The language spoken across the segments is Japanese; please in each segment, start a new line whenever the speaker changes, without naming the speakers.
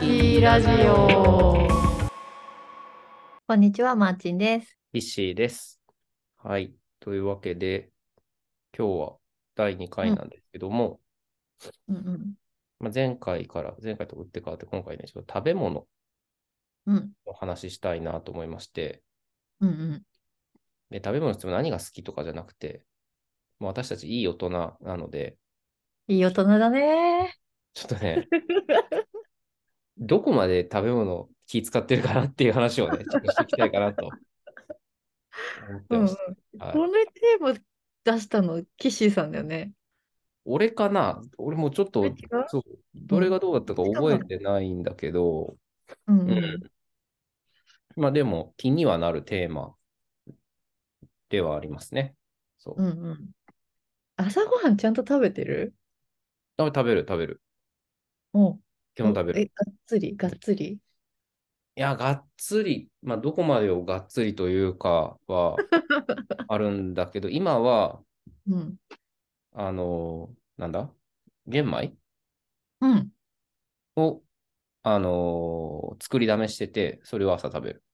きラジオ。
こんにちは、マーチンです。
イッシーです。はい。というわけで、今日は第2
う
回
ん
なんですけども、
うんうん。
まあ、前回から、前回と打って変わって、今回ね、ちょっと食べ物
うん
の話したいなと思いまして、
うんうん。
で食べ物っても何が好きとかじゃなくて、もう私たちいい大人なので、
いい大人だね。
ちょっと ね、どこまで食べ物気使ってるかなっていう話をね、ちょっとしていきたいかなと思ってました。はい
このテーマ出したの、キッシーさんだよね。
俺かな俺もちょっと
え違う、
そう、どれがどうだったか覚えてないんだけど、
うん
う
うん
ん。まあでも気にはなるテーマではありますね。そうう。
んうん。朝ごはんちゃんと食べてる
あ食べる食べる。
お
基本食べる。
え、がっつり、がっつり。
いや、がっつり、まあどこまでをがっつりというかは あるんだけど、今は、
うん。
あの、なんだ玄米
うん。
を、あの、作りだめしてて、それを朝食べる。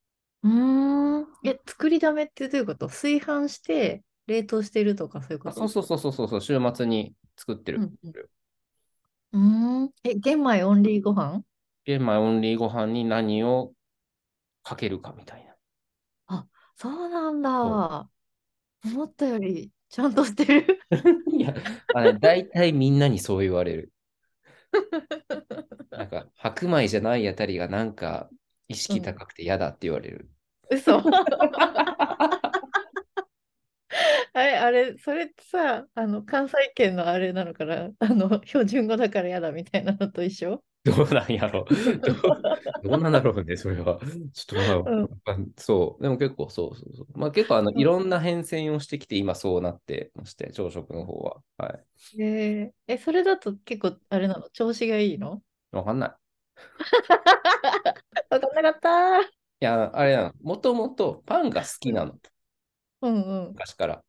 うーん。え、作りだめってどういうこと炊飯して、冷凍してるとかそういうこ
あ
と
そうそうそうそうそうそう、週末に作ってる。
うんうん。うーん。え、玄米オンリーご飯
玄米オンリーご飯に何をかけるかみたいな。
そうなんだ。思ったより、ちゃんとしてる。
いや、あの大体みんなにそう言われる。なんか、白米じゃないあたりがなんか意識高くて嫌だって言われる。
嘘あれ、あれ、それってさ、あの、関西圏のあれなのから、あの、標準語だから嫌だみたいなのと一緒
どうなんやろうどうどうなんだろうね、それは。ちょっとまあ、
うん
まあそう、でも結構そうそうそう。まあ結構あの、
ん
いろんな変遷をしてきて、今そうなってまして、朝食の方は。は
ええ、それだと結構、あれなの調子がいいの
い。わかんない。
わかんなかった。
いや、あれなの、もともとパンが好きなの、
うんうん。
昔から。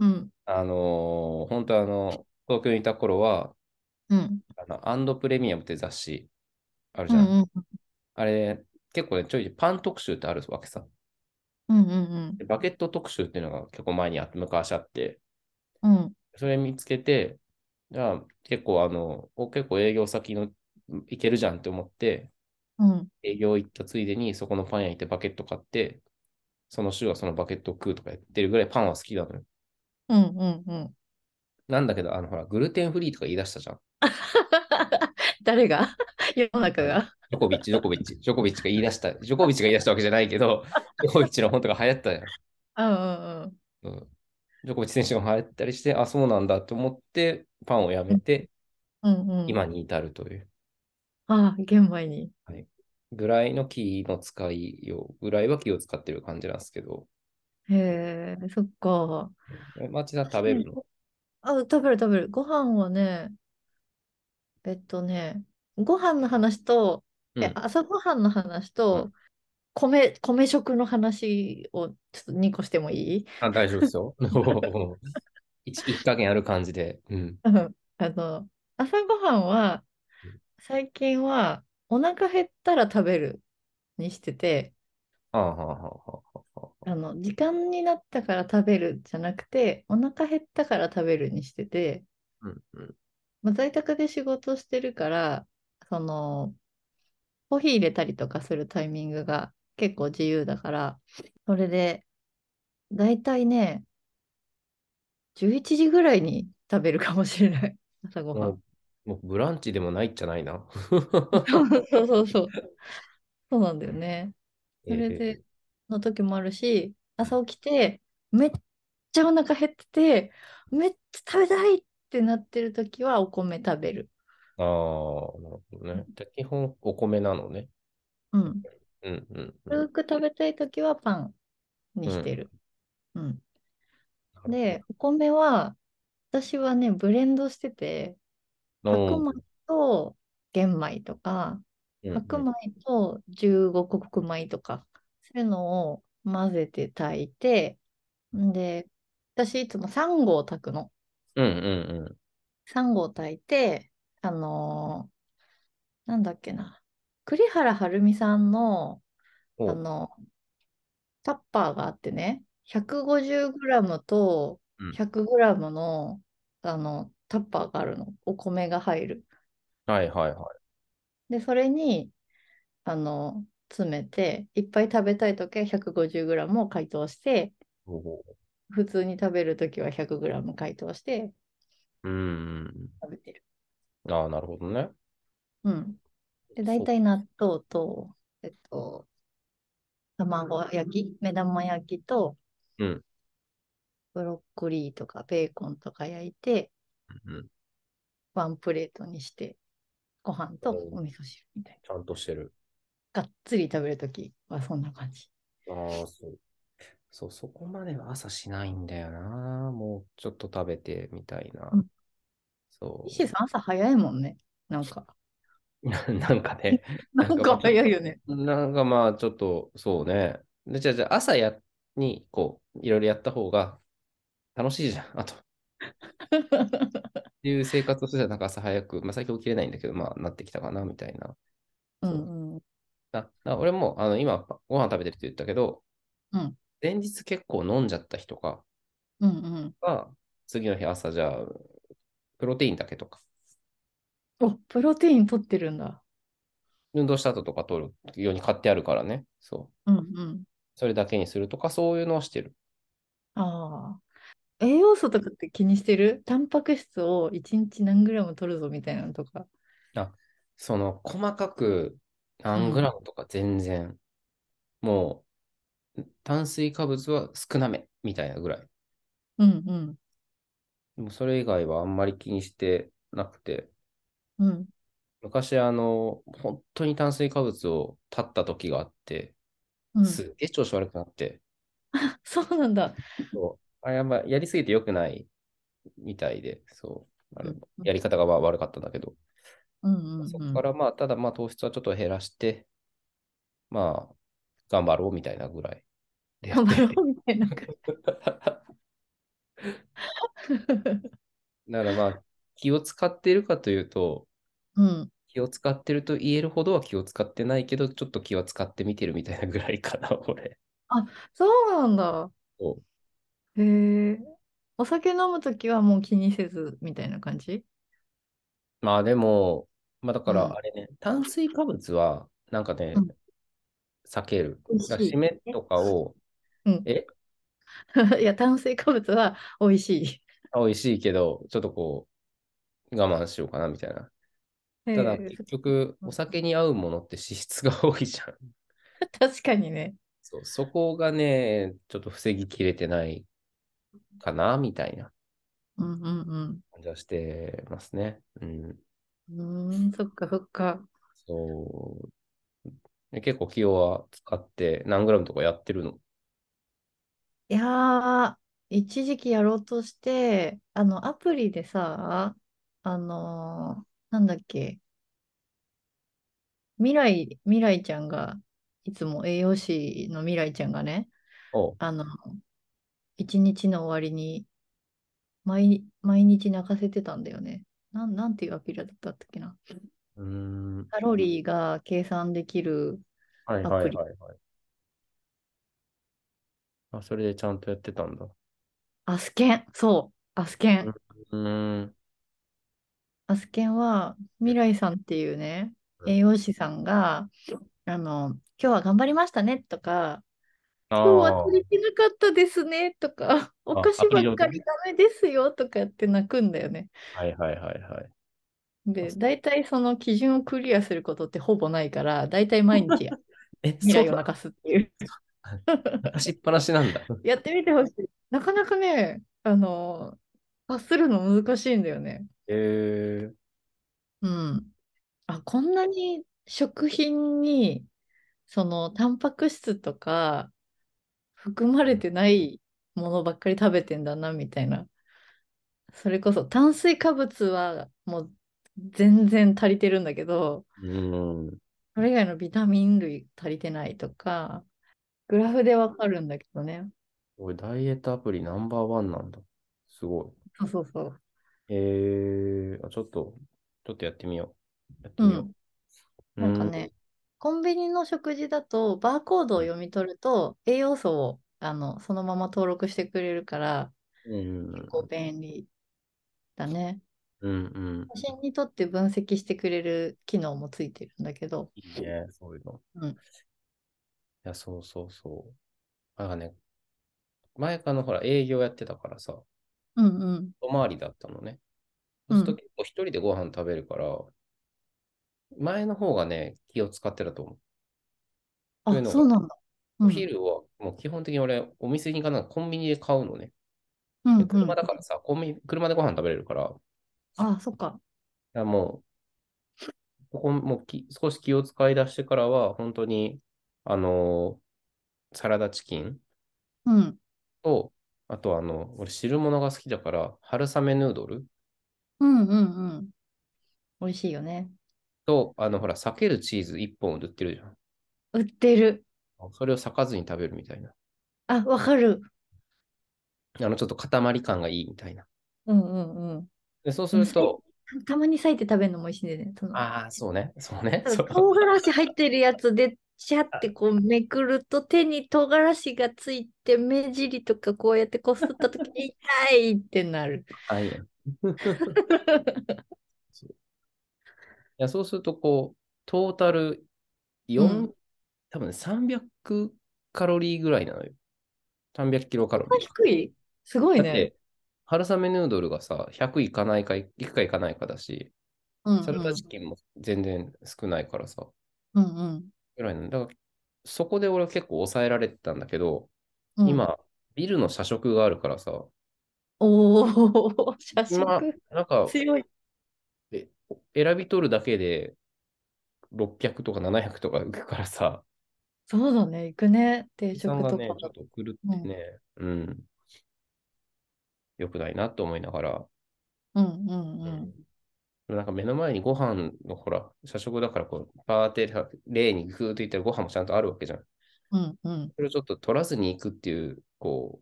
うん
あのー本当あの、東京にいた頃は、
うん。
あの、アンドプレミアムって雑誌ある
う
じゃん。
んうん。
あれ、結構ね、ちょいちょいパン特集ってあるわけさ。
うんうん
でバケット特集っていうのが結構前にあって、昔あって、
うん。うん
それ見つけて、じゃあ結構あの、お結構営業先の行けるじゃんって思って、
うん。
営業行ったついでにそこのパン屋行ってバケット買って、その週はそのバケットを食うとかやってるぐらいパンは好きなのよ。
うんうん うん。
なんだけど、あの、ほら、グルテンフリーとか言い出したじゃん。
誰が世の中が。
ジョコビッチ、ジョコビッチ、ジョコビッチが言い出した、ジョコビッチが言い出したわけじゃない けど、ジョコビッチの本とか流行ったじゃん。
うんうん
うん、ジョコビッチ選手が流行ったりして、あ、そうなんだと思って、パンをやめて、
うん。うんうん。
今に至るという
ああ、玄米に。
ぐらいの気の使いようぐらいは気を使ってる感じなんですけど、
へえ、そっか。
町田食べるの。
あ、食べる食べる。ご飯はね、えっとね、ご飯の話と、
うん
え、朝ごはんの話と、米、米食の話をちょっと2個してもいい
あ大丈夫です よ。一一加減ある感じで。うん。
うんあの、朝ごはんは
うん、
最近は、お腹減ったら食べるにしてて、
はあはあはあはあはあ
あの、時間になったから食べるじゃなくて、お腹減ったから食べるにしてて、
うんうん
まあ、在宅で仕事してるから、その、コーヒー入れたりとかするタイミングが結構自由だから、それで、だいたいね、11時ぐらいに食べるかもしれない、 朝ごは
も
ん。
うもうブランチでもないっちゃないな。
そうそうそう。そうなんだよね。それ
え
で、の時もあるし、朝起きて、めっちゃお腹減ってて、めっちゃ食べたいってなってる時は、お米食べる。
ーああ、なるほどね。じゃあ基本お米なのね。
うん。
うんうんうん。
軽く食べたいときはパンにしてる。うん。で、お米は、私はね、ブレンドしてて、
うん、
白米と玄米とか、
うんうん
白米と十五穀米とか、そういうのを混ぜて炊いて、んで、私いつも3合炊くの。
うんうんうん。
3合炊いて、あのーなんだっけな、栗原はるみさんの、あ
おう
の、タッパーがあってね、150g と
うん
100g の、あの、タッパーがあるの。お米が入る。
はいはいはい。
で、それに、あの、詰めて、いっぱい食べたいときは 150g を解凍して、
おう
普通に食べるときは 100g 解凍して
うん。
食べてる。
ああ、なるほどね。
うん。で、
そう
大体納豆と、えっと、卵焼き、目玉焼きと、
うん
ブロッコリーとかベーコンとか焼いて、
うん
ワンプレートにして、ご飯と
おう
お味噌汁みたいな。
ちゃんとしてる。
がっつり食べるときはそんな感じ。
ああ、そう。そう、そこまでは朝しないんだよな。もうちょっと食べてみたいな。
うん
そ
西さん朝早いもんね。なんか。
う。 ななんかね。
なんか早いよね。
なんかまあ、ちょっと、そうね。で、じゃあ、じゃあ朝や、に、こう、いろいろやった方が楽しいじゃん。あと、っていう生活をしてたら、なんか朝早く、まあ、最近起きれないんだけど、まあ、なってきたかな、みたいな。
う
そうん
うん。
あ、だから俺も、あの、今、ご飯食べてるって言ったけど、
うん
前日結構飲んじゃった日とか
うんうん。
は、次の日朝、じゃあ、プロテインだけとか、
お、プロテイン取ってるんだ。
運動した後とか取るように買ってあるからね。そう。
うんうん。
それだけにするとか、そういうのをしてる。
ああ。栄養素とかって気にしてるタンパク質を1日何グラム取るぞみたいなのとか。
その細かく何グラムとか全然、もう炭水化物は少なめみたいなぐらい。
うんうん。
でもそれ以外はあんまり気にしてなくて、
うん。
昔あの、本当に炭水化物を断った時があって、
うん、
すっげえ調子悪くなって、
そうなんだ。
そうあれあんまやりすぎて良くないみたいで、そう、あ
う
れ
ん
やり方がわ悪かったんだけど、
うんうん
そ
うん
こからまあ、ただまあ糖質はちょっと減らして、まあ、頑張ろうみたいなぐらいでや
頑
って
張
て。
ろうみたいな。
だからまあ、気を使ってるかというと、
うん。
気を使ってると言えるほどは気を使ってないけど、ちょっと気は使ってみてるみたいなぐらいかな、俺。
そうなんだ。
そう
へえ。お酒飲むときはもう気にせずみたいな感じ
まあでも、まあだか
うん
らあれね、炭水化物はなんかね、
うん
避ける。
美味しい
だから締めとかを、
うん
え
いや、炭水化物は美味しい。
あ美味しいけど、ちょっとこう、我慢しようかなみたいな。
へ
ただ
え
結局、お酒に合うものって脂質が多いじゃん。
確かにね。
そう、そこがね、ちょっと防ぎきれてないかな、みたいな
うんうん
感じはしてますね。うん。
うん。うーん、そっかそっか。
そう。で結構気は使って何グラムとかやってるの。
いやー、一時期やろうとして、あの、アプリでさ、あのーなんだっけ、未来、未来ちゃんが、いつも栄養士の未来ちゃんがね、
おう
あの、一日の終わりに、毎、毎日泣かせてたんだよね。なん、なんていうアプリだったっけな。
うーん。
カロリーが計算できる、
はいはい
ア
は
プ
い
リ
はい。あ、それでちゃんとやってたんだ。
アスケン、そう、アスケン。
うーん。
アスケンは未来さんっていうね、
うん
栄養士さんが、あの、今日は頑張りましたねとか、
あ
今日は
あ
足りてなかったですねとか、お菓
ア
子
プリ
ばっかりダメですよとかって泣くんだよね。
はいはいはいはい。
で、大体その基準をクリアすることってほぼないから、大体毎 日や
え、
未
そう
来を泣かすっていう。
出しっぱなしなんだ。
やってみてほしい。なかなかね、あの、発するの難しいんだよね。
えー、
うん。あ、こんなに食品に、その、タンパク質とか、含まれてないものばっかり食べてんだな、みたいな。それこそ、炭水化物は、もう、全然足りてるんだけど、
うーん。
それ以外のビタミン類足りてないとか、グラフでわかるんだけどね。
俺、ダイエットアプリナンバーワンなんだ。すごい。
そうそうそう。
えー、あちょっと、ちょっとやってみよう。やってみよう。
なんかね、コンビニの食事だと、バーコードを読み取ると、栄養素をあのそのまま登録してくれるから、
うん。
結構便利だね。
うんうん。
写真にとって分析してくれる機能もついてるんだけど。
いいね、そういうの。
うん
いや、そうそうそう。なんかね、前からほら営業やってたからさ、
うんうん。
おまわりだったのね。
う
そ
ん
うすると結構一人でご飯食べるから、前の方がね、気を使ってたと思う。そういう
あ、
のが
そうなんだ。
お昼はもう基本的に俺、お店に行かないコンビニで買うのね。
うん、うんう
で
ん
車だからさ、コンビニ、車でご飯食べれるから、
あ、そっか。
いやもう、ここもうき少し気を使い出してからは、本当に、あのーサラダチキン
うん。
と、あとあの、俺汁物が好きだから、春雨ヌードル
うんうんうん。美味しいよね。
と、あの、ほら、裂けるチーズ1本売ってるじゃ
売ってる。
ん。それを裂かずに食べるみたいな。
あ、わかる。
あの、ちょっと塊感がいいみたいな。
うんうんうん。
でそうすると、
たまに裂いて食べるのも美味しいんでね。その
ああ、そうね、そうね、
多
そ
分
う
唐辛子入ってるやつで、シャってこうめくると手に唐辛子がついて、目尻とかこうやってこすった時に痛いってなる。
あいいやい やそうすると、こう、トータル4、
うん
多分ね300カロリーぐらいなのよ。300キロカロリー。
低いすごい
だっ
ね。
て、春雨ヌードルがさ、100いかないか、いくかいかないかだし、
うんうん
サラダチキンも全然少ないからさ、
うんうん
ぐらいなんだから、そこで俺は結構抑えられてたんだけど、
うん。
今、ビルの社食があるからさ、
お お、写真
今、なんか、
強い。
え選び取るだけで600とか700とかいくからさ、
そうだね、行くね、定
時間
食
が
と
ね、ちょ
か
っ。と狂ってね、うん。よくないなと思いながら、
うんうんうん。
なんか目の前にご飯のほら、社食だからこう、パーって例にグーッといったらご飯もちゃんとあるわけじゃん。
うんうん。
それをちょっと取らずに行くっていう、こ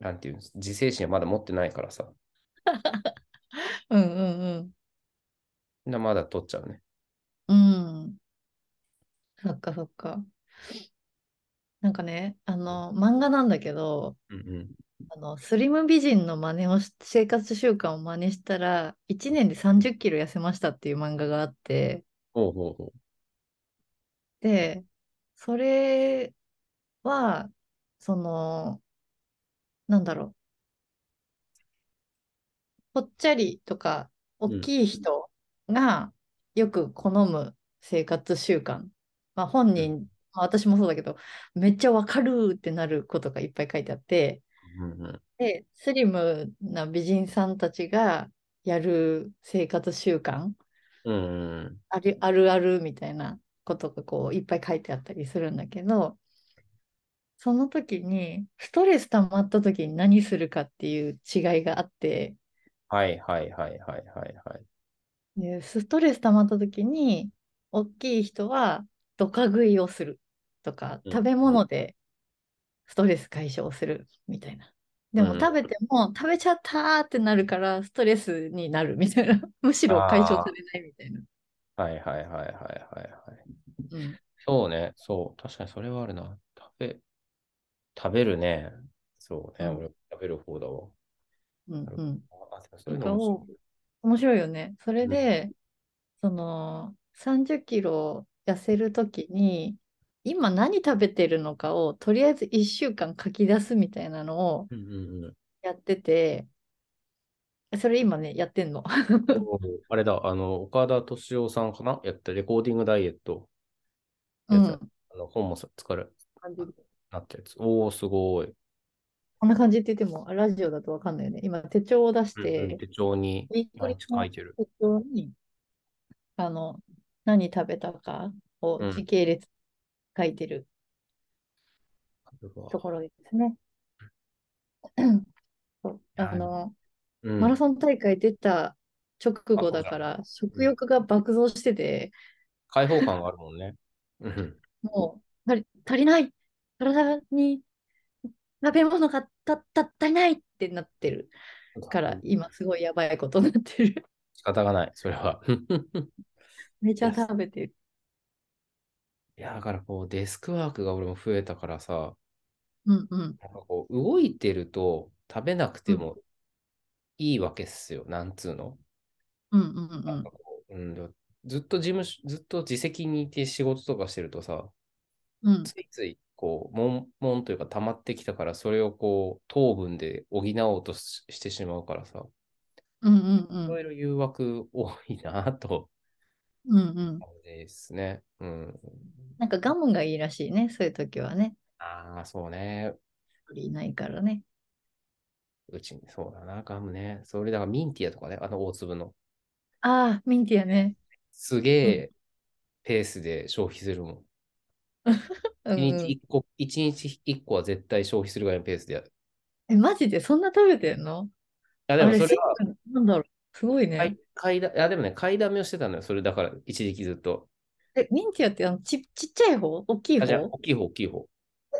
う、なんていうんです、自制心はまだ持ってないからさ、
うんうん
なまだ取っちゃうね。
うん。うん。そっかそっか。なんかね、あの、漫画なんだけど、
うん
あのスリム美人の真似をし生活習慣を真似したら1年で3 0キロ痩せましたっていう漫画があって
うん。ほうほうほ
でそれはそのなんだろうぽっちゃりとか大きい人がよく好む生活習慣、まあ本人、まあ、私もそうだけどめっちゃわかるってなることがいっぱい書いてあって。
う。うんうん。
で、スリムな美人さんたちがやる生活習慣、
うんうん。
あるあるあるみたいなことがこういっぱい書いてあったりするんだけど、その時にストレス溜まった時に何するかっていう違いがあって、
はいはいはいはいはいはい。
でストレス溜まった時に大きい人はドカ食いをするとか、
うん
食べ物でストレス解消するみたいな。でも
うん
食べても食べちゃったーってなるからストレスになるみたいな。 むしろ解消されないみたいな。
はいはいはいはいはいはい。
うん
そうね、そう、確かにそれはあるな。食べ、食べるね。そうね、
うん
俺食べる方だわ。
うん
なる
うん。
あ、でもそういうのも
面白いよね。それ
うん
で、その30キロ痩せるときに今何食べてるのかをとりあえず1週間書き出すみたいなのを
うんうんうん。
やってて、それ今ね、やってんの。
そうあれだ、あの、岡田敏夫さんかなやったレコーディングダイエット。
う
やつ
ん。
あの本もさ疲れなったやつ。おお、すごい。
こんな感じって言っても、あラジオだとわかんないよね。今、手帳を出し
うんう
て
ん、手帳に
ビークリ
毎
ー
日書いてる。
の手帳に、あの、何食べたかを
うん
時系列書いてる
うわ
ところですね。 そうあの、
うん
マラソン大会出た直後だから、食欲が爆増してて、
開放感があるもんね。うん
もう、足り足りない体に食べ物がたた足りないってなってるから、今すごいやばいことになってる。
仕方がない、それは。
めちゃ食べてる。
いや、だからこう、デスクワークが俺も増えたからさ、
うんうん。
なんかこう、動いてると食べなくてもいいわけっすよ、なんつうの。
うんうんう
なん
ん
か。こう、うん、でもずっと事務所、ずっと自責にいて仕事とかしてるとさ、
うん
ついついこう、悶々というか溜まってきたから、それをこう、糖分で補おうとししてしまうからさ、
うんうん
いろいろ誘惑多いなと、
うんうんうん。
ですね。うん。
なんか我慢がいいらしいね、そういう時はね。
ああ、そうね。
いないからね。
うちに、そうだな、ガムね。それだからミンティアとかね、あの大粒の。
ああ、ミンティアね。
すげえペースで消費するもん。
うんうん
一日一個、一日一個は絶対消費するぐらいのペースでやる。
え、マジでそんな食べてんの
あ
あ
でも
れ、
そ
シ
れ
ェ
は
フなんだろう。すごいね。
買い、買いだ、あ、でもね、買いだめをしてたのよ。それだから、一時期ずっと。
え、ミンティアってあのちちっちゃい方大きい
あ、
方
じゃあ、
え
大きい方、大きい方。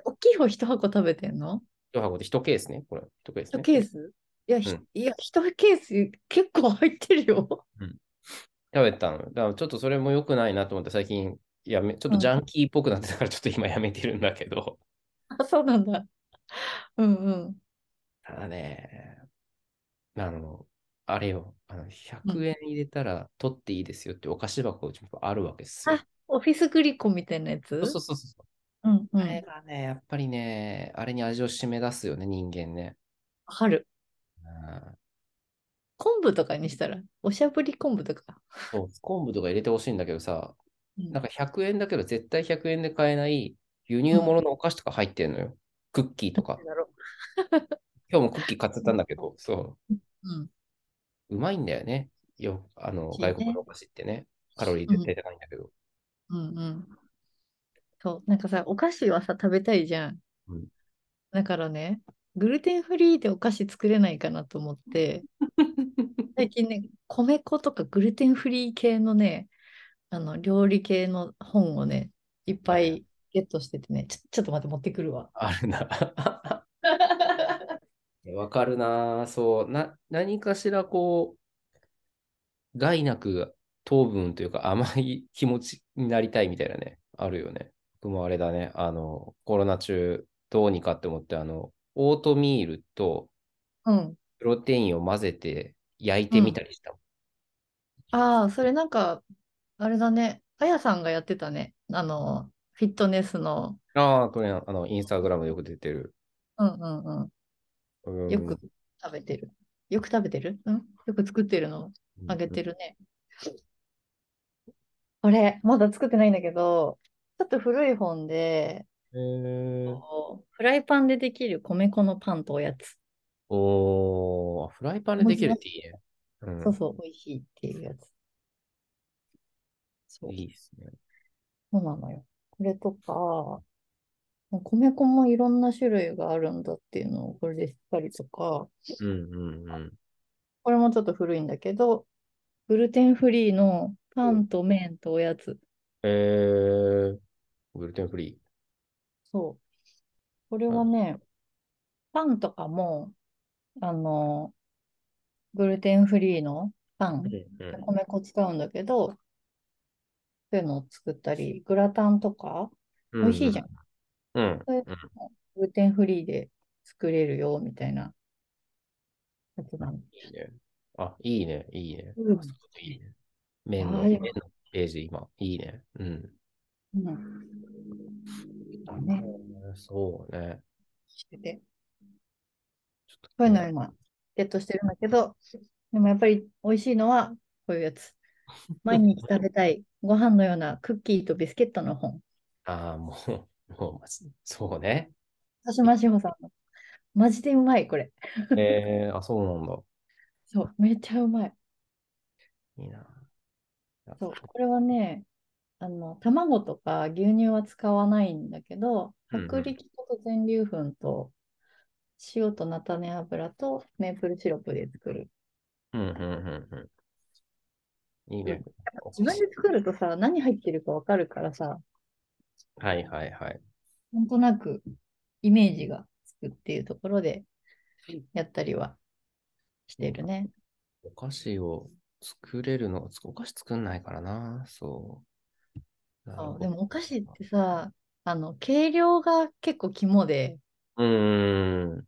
大きい方一箱食べてんの
一箱で一ケースね。これ、一ケース
一
ね。
ケースいや、ひ
うん
いや、一ケース結構入ってるよ。
食べたのよ。だから、ちょっとそれも良くないなと思って、最近、やめ、ちょっとジャンキーっぽくなってたから、ちょっと今やめてるんだけど。
あ、そうなんだ。うんうん。
ただね、あの、あれよ、あの100円入れたら取っていいですよってお菓子箱うちもあるわけですよ。
オフィスグリコみたいなやつ
そうそうそうそう。
うんう
あれ
ん。
がね、やっぱりね、あれに味を締め出すよね、人間ね。
春。
うん
昆布とかにしたら、おしゃぶり昆布とか。
そう、昆布とか入れてほしいんだけどさ、
うん
なんか100円だけど絶対100円で買えない輸入物のお菓子とか入ってんのよ。クッキーとか。
だろ。
今日もクッキー買ってたんだけど、そ
う
う
ん。
う、うまいんだよね。よ、あの、
美味しいね
外国のお菓子ってね。カロリー絶対高いんだ けど。
うんうん。そう、なんかさ、お菓子はさ、食べたいじゃん。
うん
だからね、グルテンフリーでお菓子作れないかなと思って、最近ね、米粉とかグルテンフリー系のね、あの、料理系の本をね、いっぱいゲットしててね、ちょ、ちょっと待って、持ってくるわ。
あるな。 わかるなぁ、そう、な、何かしらこう、害なく糖分というか甘い気持ちになりたいみたいなね、あるよね。僕もあれだね、あの、コロナ中、どうにかって思って、あの、オートミールと
うん。
プロテインを混ぜて焼いてみたりしたもん。
ああ、それなんか、あれだね、あやさんがやってたね、あの、フィットネスの、
ああ、これ、あの、インスタグラムでよく出てる。
うんうんうん。
うん
よく食べてる。よく食べてるうんよく作ってるのあげて
る。
るね。これ、まだ作ってないんだけど、ちょっと古い本で、
へえ
こうフライパンでできる米粉のパンとおやつ。
おー、フライパンでできるっていいね。うん
そうそう、美味しいっていうやつ。そう、
いいですね。
そうなのよ。これとか、米粉もいろんな種類があるんだっていうのをこれで知ったりとか、
うんうんうん。
これもちょっと古いんだけど、グルテンフリーのパンと麺とおやつ。
えー、グルテンフリ
そう。これはね、パンとかも、あの、グルテンフリーのパン
ー。、うんうん
米粉使うんだけど、そういうのを作ったり、グラタンとか、美味しいじゃん。
うん。うん
そういうのもグルテンフリーで作れるよ、みたいなやつなの。
いいね。あ、いいね、いいね。
うん
いいね。麺の、
あーいい
麺のページ、今。いいね。うん。
うん。ね、
そうね。
してて。
ちょっと
こういうのを今、ゲットしてるんだけど、でもやっぱり美味しいのはこういうやつ。毎日食べたい、ご飯のようなクッキーとビスケットの本。
ああ、もう、 もうまず、そうね。
田島志保さんの。マジでうまい、これ。
えー、あ、そうなんだ。
そう、めっちゃうまい。
いいな。
そう、これはね、あの、卵とか牛乳は使わないんだけど、
うんうん
薄力粉と全粒粉と塩と菜種油とメープルシロップで作る。
うん、うん、うん、うん。いいね。
自分で作るとさ、何入ってるかわかるからさ、
はい、はい、はい。
なんとなくイメージがつくっていうところでやったりはしてるね。
お菓子を作れるの、つお菓子作んないからな、そなる
そ
ほ
うで
ど。
もお菓子ってさ、あの、計量が結構肝で、
うーん。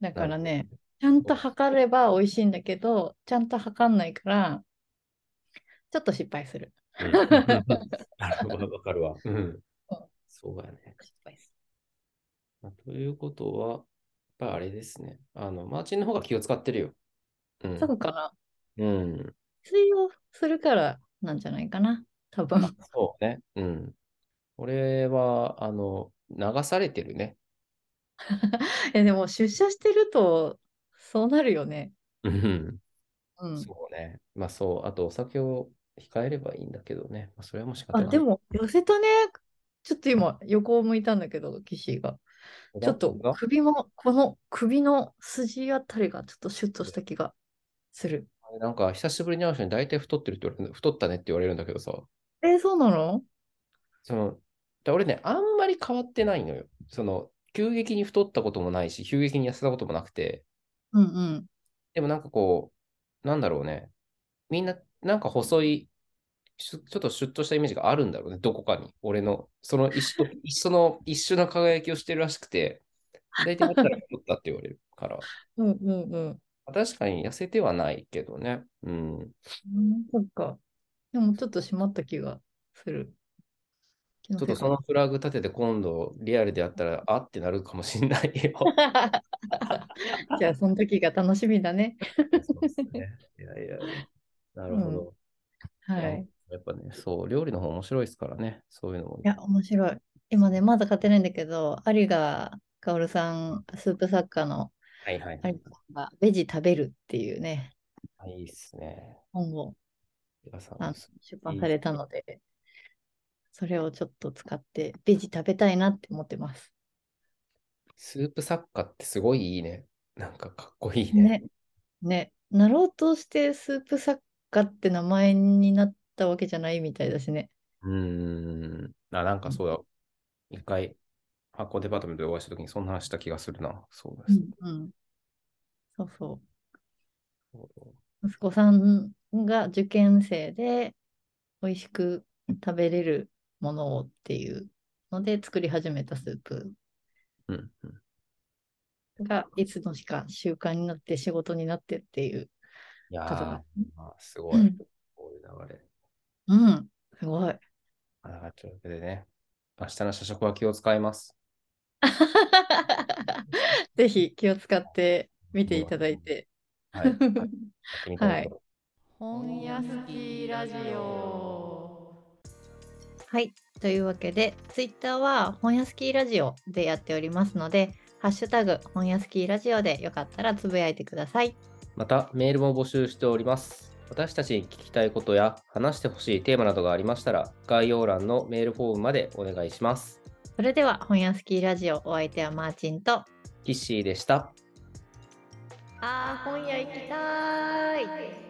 だ
な
か
る
ら
ほど
ね、ちゃんと測れば美味しいんだけど、ちゃんと測んないから、ちょっと失敗する。
うんなるほど、わかるわ。うん
そう。
そうやね。
失敗す
まあということは、やっぱりあれですね。あの、マーチンの方が気を使ってるよ。う
る
ん。
そうかな。
うん。
水をするからなんじゃないかな。多分。
そうね。うん。俺は、あの、流されてるね。
え、でも出社してると、そうなるよね。
うん。
うん。
そうね。まあそう。あと、お酒を控えればいいんだけどね。まあ、それはもう仕方
あ、
ない。
でも、寄せたね。ちょっと今、横を向いたんだけど、岸が。
俺
ちょ
は、
っと
俺は
首も、この首の筋あたりがちょっとシュッとした気がする。
なんか、久しぶりに会う人に大体太ってるって言われる、太ったねって言われるんだけどさ。
えーそうなの
その、だ俺ね、あんまり変わってないのよ。その、急激に太ったこともないし、急激に痩せたこともなくて、
うんうん。
でもなんかこう、なんだろうね。みんな、なんか細い、しゅちょっとシュッとしたイメージがあるんだろうね、どこかに。俺の、その一緒、一緒の、一緒の輝きをしてるらしくて、大体思ったら太ったって言われるから。
うんうんうん。
確かに痩せてはないけどね。うん。
うん、そっか。でもちょっと締まった気がする。気の
ちょっ
せ
と
い
そ
か
のフラグ立てて今度リアルでやったら、あってなるかもしんないよ。
な じゃあ、その時が楽しみだね。
そうですね。いやいやいや、なるほど。
はいい。
やっぱね、そう、料理の方面白いですからね、そういうの
い。
も
や、面白い。今ね、まだ買ってないんだけど、有賀薫さん、スープ作家の
はいはい。
有賀さんが、ベジ食べるっていうね、
あいいですね。
本を
皆さん
あの出版されたので、それをちょっと使って、ベジ食べたいなって思ってます。
スープ作家ってすごいいいね。なんかかっこいいね。
ね。ね。なろうとしてスープ作家って名前になったわけじゃないみたいだしね。
うーん。あ、なんかそうだ。一回、発行デパートメントでお会いしたときにそんな話した気がするな。そうです。
うん。そうそ
そう
う。息子さんが受験生で美味しく食べれるものをっていうので作り始めたスープ
うんうん、
がいつの日か習慣になって仕事になってっていう
いや
方
ー
が。
まあ、すごい。
うん
こういう流れ。
うん。すごい。
あというわけでね、明日の社食は気を使います。
ぜひ気を使って見ていただいて。
はい。やってみたいと思います
本屋好きラジオはいというわけでツイッターは本屋好きラジオでやっておりますのでハッシュタグ本屋好きラジオでよかったらつぶやいてください
またメールも募集しております。私たちに聞きたいことや話してほしいテーマなどがありましたら、概要欄のメールフォームまでお願いします。
それでは本屋好きラジオお相手はマーチンと
キッシーでした。
あー本屋行きたーい